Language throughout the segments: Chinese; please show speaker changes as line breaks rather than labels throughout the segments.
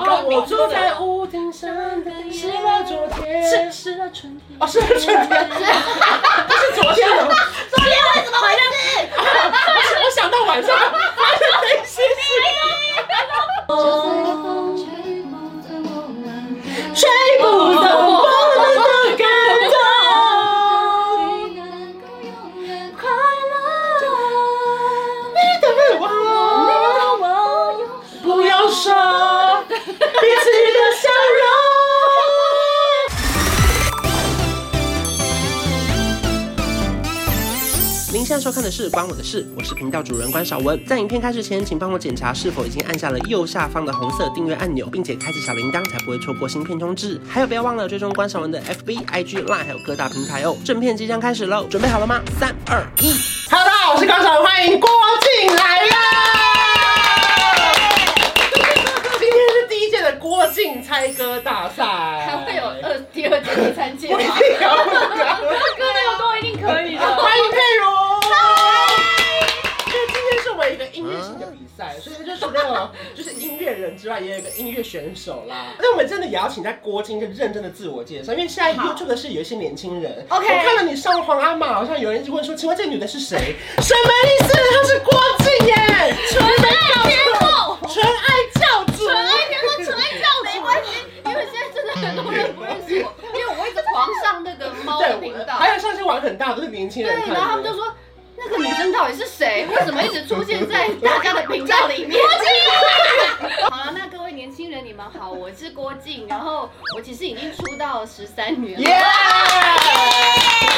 后我住哦在
屋，
屋顶上的失了昨天，
失了春天。
哦，是是是，不是昨天的吗，
昨天为什么回事？
不是我想到晚上发生的一些事。吹不动我们的感动，快乐，你的愿望，不要说彼此的笑容。您现在收看的是《关我的事》，我是频道主人关少文。在影片开始前，请帮我检查是否已经按下了右下方的红色订阅按钮，并且开启小铃铛，才不会错过新片通知。还有，不要忘了追踪关少文的 FB、IG、Line，还有各大平台哦。正片即将开始喽，准备好了吗？三、二、一，Hello，大家好，我是关少文，欢迎郭靖来啦！今天是第一届的郭靖猜歌大赛，
还会有二、第二届、第三届
我一
吗？
定要不了
歌那么多，一定可以的。
欢迎佩如。因为今天是我们一个音乐型的比赛，所以它就除了就是音乐人之外，也有一个音乐选手 啦。那我们真的也要请在郭晶就认真的自我介绍，因为现在 YouTube 是有一些年轻人。
OK
我看到你上皇阿玛，好像有人一直问说，请问这女的是 谁？什么意思？她是郭晶耶，纯爱
天后
纯爱教主，
纯爱天后，纯爱教主，没关系，因为现在真的很多人不认识我，因为我一直狂上那个猫的频
对，
道，
还有上些玩很大都是年轻
对，
人看的。
然后他们就说。那个女生到底是谁？为什么一直出现在大家的频道里面？好了，那各位年轻人，你们好，我是郭靖，然后我其实已经出道了十三年了。
耶！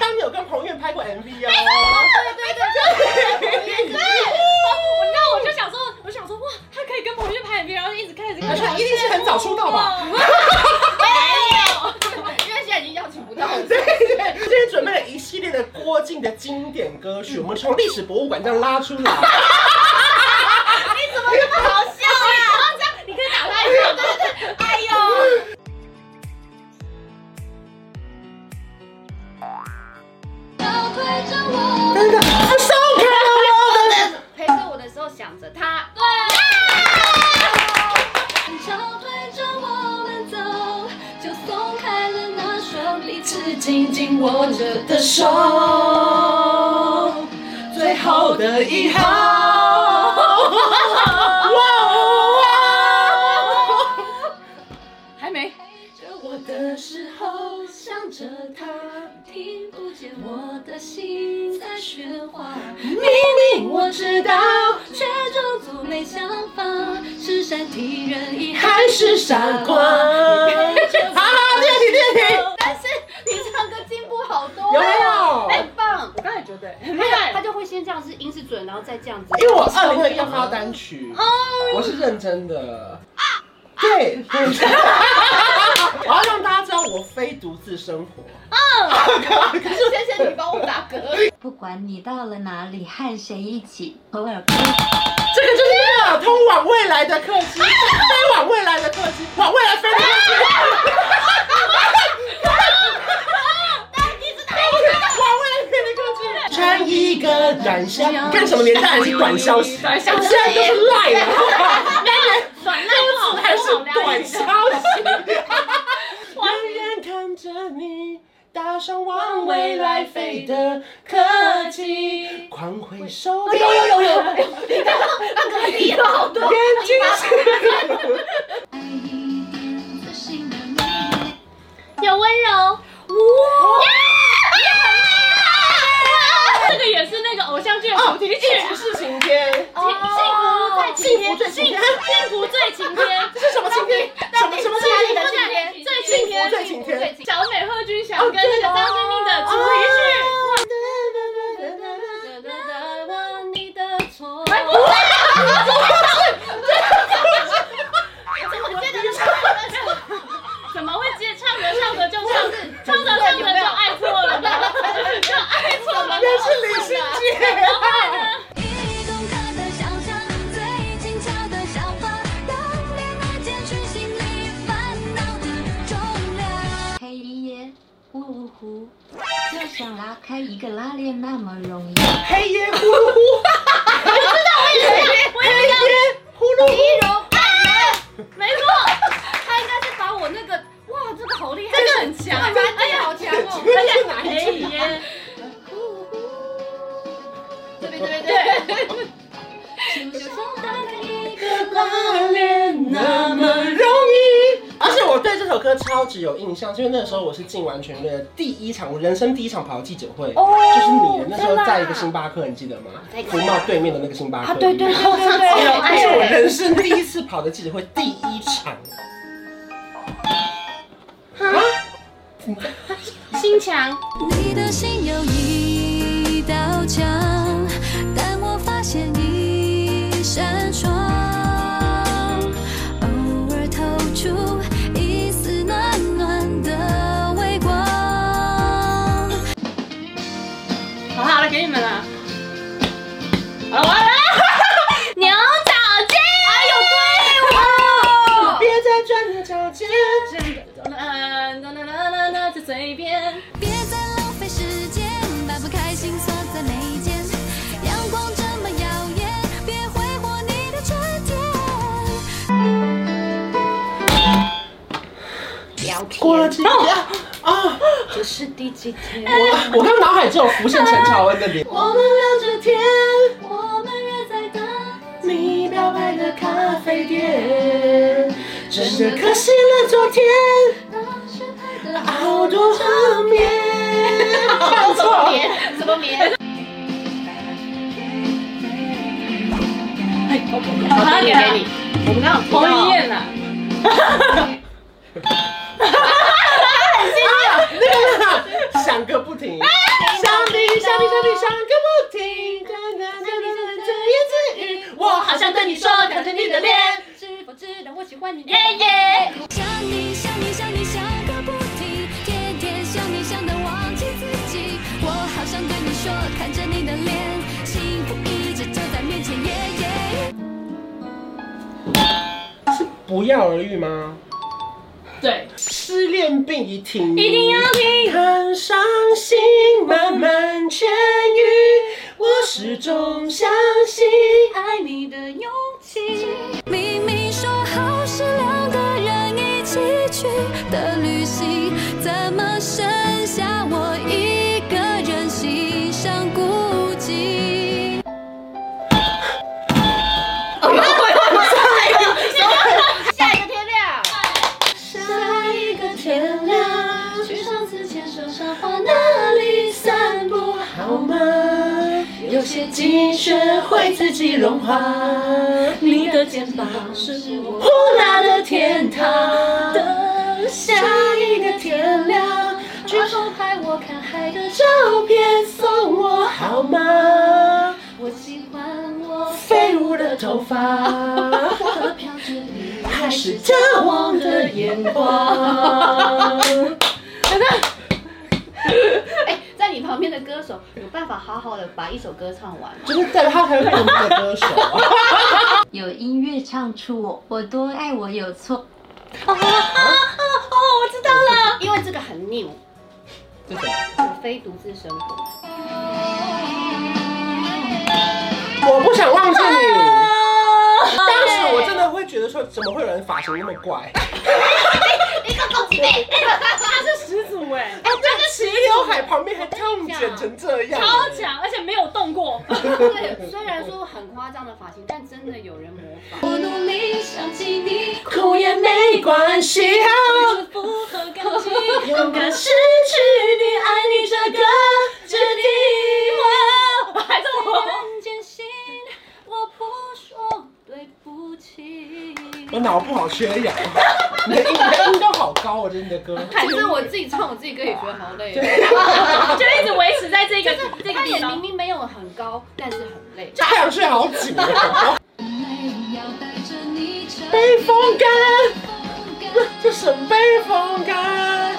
当你有跟彭越拍过 MV
哦
哦。
对对对对对对对，
我那我就想说，我想说哇，他可以跟彭越拍影片，然后一直看一直
而
看，
且一定是很早出道吧？
因为现在已经邀请不到我。
对对，对今天准备了一系列的郭靖的经典歌曲，我们从历史博物馆这样拉出来。
怎么这么好笑啊？这样你可以打他一下。对对对，哎呦，
真的，受不了了。
陪着我的时候想着他。
紧紧握着的手，
最后的遗憾。哇哇！
还没。
我的时候想着他，听不见我的心在喧哗。明明我知道，却装作没想法，是山替人遗憾。
还是傻瓜。好好，第二题，第二题。
但是你唱歌进步好多
有
哦，
没有
很棒。
我刚才觉得很
他他就会先这样是音是准，然后再这样子。
因为我二零二一要发单曲，我是认真的。对，对我要让大家知道我非独自生活。
谢谢你帮我打嗝。
不管你到了哪里，和谁一起，偶尔
这个就是那个通往未来的客机，飞往未来的客机，往未来飞的 客机。往未来飞的客机穿一个短袖，看什么年代还是 短消息，
短
现
消息
在都是赖了，好不好
短烂
这还是短消息。
远
远看着你，搭上往
未来飞
的客
机，
狂挥手，
有有有有，你刚刚那个低了好多。
睛是。
爱一点自信的你。
有温柔。这个也是那个偶像剧的主题曲，
哦
幸福是晴天，
幸
幸福
福在
最晴天，
幸福最晴天。
这是什么晴天？什么什么晴天？
对，最
幸福
晴天，
最晴天。
小美贺军
哦
翔跟那个张钧甯的主题
你的错。
曲，怎么会接唱着唱着就唱，唱着唱着就爱错了呢？就爱错了呢
那？是李心洁。
一动他的想象，最轻巧的想法，当恋爱减去心里烦恼的重量。
黑夜模糊，就像拉开一个拉链那么容易。
黑夜呼噜呼，我知道，我也黑夜呼噜呼，
没错，
我那个，哇，这个好厉害，
这个很强
这个软体好强哦，
而且哪一耶？
这边这边对，
有时候打开一个
拉链那么容易。而且我对这首歌超级有印象，就是那时候我是进完全队的第一场，我人生第一场跑的记者会，
哦
就是你的那时候在一个星巴克，你记得吗？福茂对面的那个星巴克。
啊对对对
然后
对对对
哎呦那是我人生第一次跑的记者会，第一场。
哦
啊？
心强，
你的心有一道墙，但我发现一扇窗，偶尔透出一丝暖暖的微光。
好了好了，给你们了。好了，我要来。牛角尖，哎呦，
别再转你的脚尖。
对我，嗯，啦啦啦啦啦，就随便。
别再浪费时间，把不开心锁在眉间。阳光这么耀眼，别挥霍你的春天。
聊天
过了几天啊，
这是第几天？
我我刚脑海只有浮现陈乔恩的脸。
我们聊着天，
我们约在大
你表白的咖啡店，真的可惜了昨天，
时代的
好多画面。唱错了，
什哎么棉？好了，给 给你。我们刚好彭于晏呐，
那个响个不停，想你想你想你响个不停，自言自语，我好想对你说，看着 你的脸。
是否知道我喜欢你？
耶耶。
想你想你想你想个不停，天天想你想的忘记自己。我好想对你说，看着你的脸，幸福一直就在面前，耶耶。
是不药而愈吗？
对，
失恋病已挺，
一定要听。
看伤心慢慢痊愈，我始终相信。
爱你的勇气，
明明说好是两个人一起去的旅行，怎么剩下我一个人欣赏孤寂？
下一个
下一个天
天亮。
亮，去上次牵手赏花那里散步，
好吗？
有些积雪会自己融化。你的肩膀是我呼啦的天堂。等下一个天亮，举手拍我看海的照片，送我好吗？我喜欢我
飞舞的头 发，
的飘着你
还是交往的眼光。
哎，在你旁边的歌手有办法好好的把一首歌唱完吗？
就是代表他才会变成我们的歌手、 啊。
有音乐唱出我，我多爱我有错。
因为这个很 new，
这什么
我非独自生活。
我不想忘记你。 当时我真的会觉得说，怎么会有人发型那么 怪？
他是始祖哎，
啊， 这个齐刘海旁边还烫卷成这样，
超强，而且没有动过。
对，虽然说很夸张的发型，但真的有人模仿。
我努力想起你，
哭也没关系啊。
不合感 情。
勇敢失去你，爱你这个决定。
我还是我。
很艰辛，我不说对不起。
我脑部好缺氧，啊你的音你的音都好高哦，我觉得你的 歌。
反正我自己唱我自己歌也觉得好累，
就一直维持在 这个这个
他
地
也明
方。
明没有很高，但是很累。
太阳穴好紧啊！
要带着你乘
被风干，
风干
就是被风干。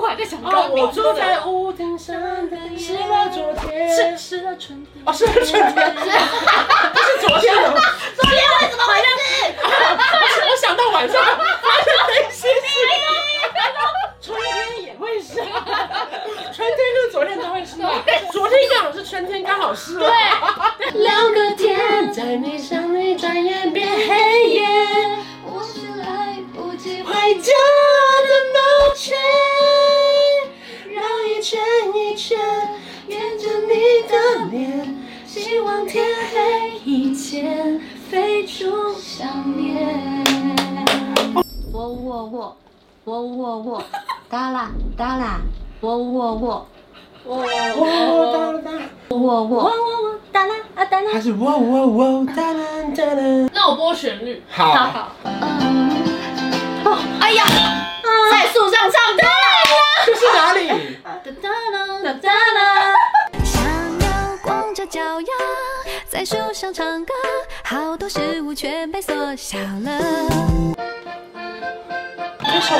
我还在想
哦，
高
我
明
坐在屋顶上的夜，失了昨天，是失了春天，哦，失了春天，不是昨天了，昨天为什么回事？不是，我想到晚上发生的一些事。春天也会是，春天跟昨天都会是，昨天刚好是春天，刚好是。对，
两个天在爱你想你，转眼变黑夜，
我是来不及
怀旧的毛圈，绕一圈一圈，沿着你的脸，希望天黑以前飞出想念。
喔喔喔，喔喔喔，哒啦哒啦，喔喔喔，
哇哒啦哒，
喔喔喔，
还是哇哇哇哒啦哒啦。
那我播旋律。
好，嗯哦
哎呀，在树上唱歌。
这是哪里？
想要光着脚丫在树上唱歌，好多事物全被缩小了。
这首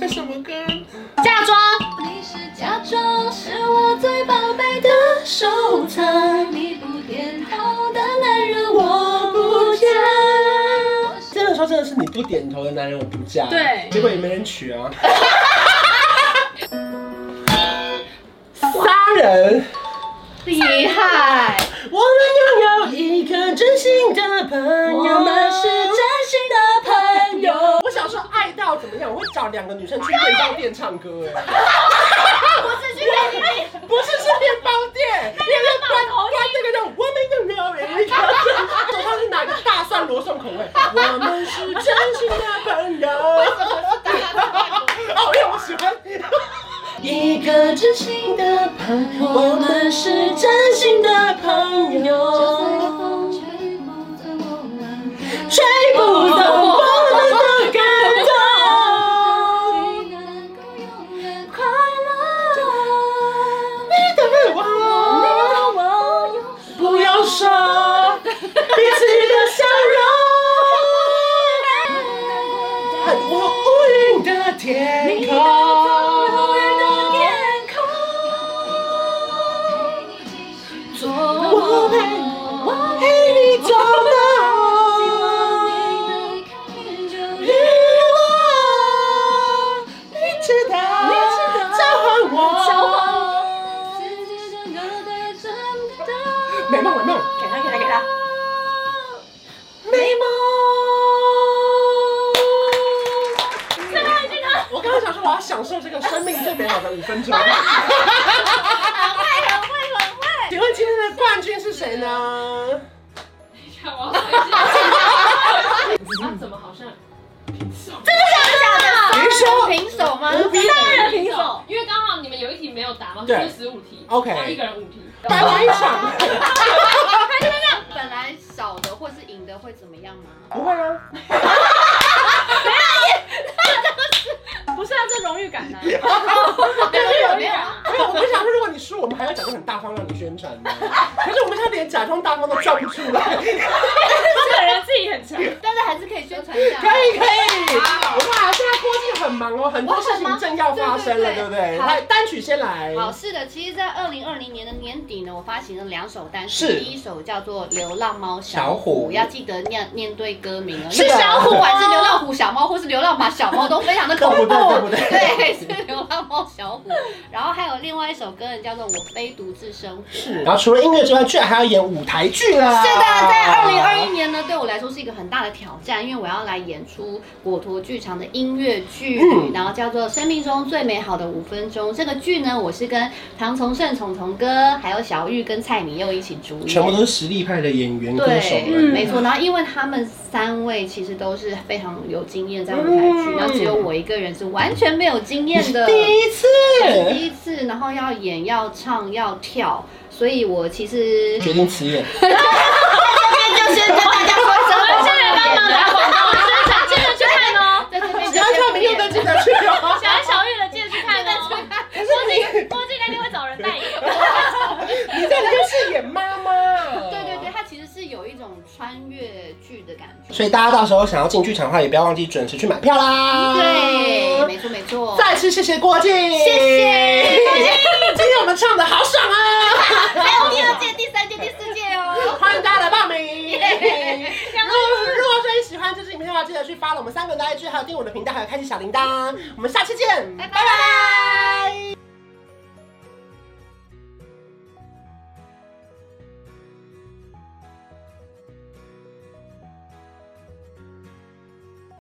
这什么歌？
嫁妆，
你是假装是我最宝贝的收藏，你不点头的男人我不嫁。
这个时候真的是你不点头的男人我不嫁。
对
结果也没人娶 啊。杀人。
厉害。
我们拥有一个真心的朋友，们是真心的朋友。 我想说，爱到怎么样？我会找两个女生去面包店唱歌，哎，不是去面包店，面包关关那个叫哎我们拥有一个，手上是拿个大蒜罗宋口味，我们是真心的朋友。哦，因为我喜欢。
一个真心的朋友，我们是真心的朋友，吹不动我们的感动。快乐，
你的愿望，不要说彼此的笑容，海阔无云的天空。我陪我陪你走到日落，你知道，召唤我。美梦，美梦，给他，给他，给他。美梦。我刚刚想说，我要享受这个生命最美好的五分 钟。请问今天的冠军是谁呢？
啊，怎么好像
比如说
平手吗？
无比
人平手？
因为刚好你们有一题没有答嘛，
对
就十五题，
OK
然后一个人五题。
白玩一场，
本来少的或是赢的会怎么样吗？
不会啊。
不是啊，这荣誉感呢？
没有
没有啊
没有，我们想说，如果你输，我们还要假装很大方让你宣传呢。可是我们现在连假装大方都叫不出 来。
这个人自己很 强。
但是还是可以宣传一下
可。以可以，哇！现在郭靖很忙哦，很多事情正要发生了，对不对？
好
来，单曲先来。
好，是的，其实，在二零二零年的年底呢，我发行了两首单
是
曲，第一首叫做《流浪猫
小
小
虎
虎》，要记得念念对歌名哦。
是的
因为小虎，不管是流浪虎小猫，或是流浪马小猫，都非 常的恐
对
怖。
不对对不对
对，是流浪猫小虎。然后还有另外一首歌呢，叫做《我非独自生活》。是
然后除了音乐之外，居然还要演舞台剧啊啦！
是的，在二零二一年呢，对我来说是一个很大的挑战，因为我要来演出果陀剧场的音乐剧，
嗯
然后叫做《生命中最美好的五分钟》。这个剧呢，我是跟唐崇盛、虫虫哥，还有小玉跟蔡明佑一起主演，
全部都是嗯实力派的演员歌手啊
对，
们。
没错。然后因为他们三位其实都是非常有经验在舞台剧，
嗯
然后只有我一个人是完全没有经验 的。
第一次，
第一次，然后要演、要唱、要跳，所以我其实
决定辞演。
就先跟大家说声抱歉，
帮 忙打广告，宣传，记得去看哦。
在这边
只要跳明天的记得去哦。
想要小玉的，记得去看哦。郭靖，郭靖那边会找人代言。
你在里面饰演妈妈。
对对对，。它其实是有一种穿越剧的感觉。
所以大家到时候想要进剧场的话，也不要忘记准时去买票啦。
对，没错没错。
再次谢谢郭靖，谢谢。 今天我们唱的好爽啊！
还有第二届、第三届、第四届哦。
欢迎大家来报名。如果如果说你喜欢这支影片的话，记得去发了我们三个人的 IG，还有订阅我的频道，还有开启小铃铛。我们下期见，拜拜。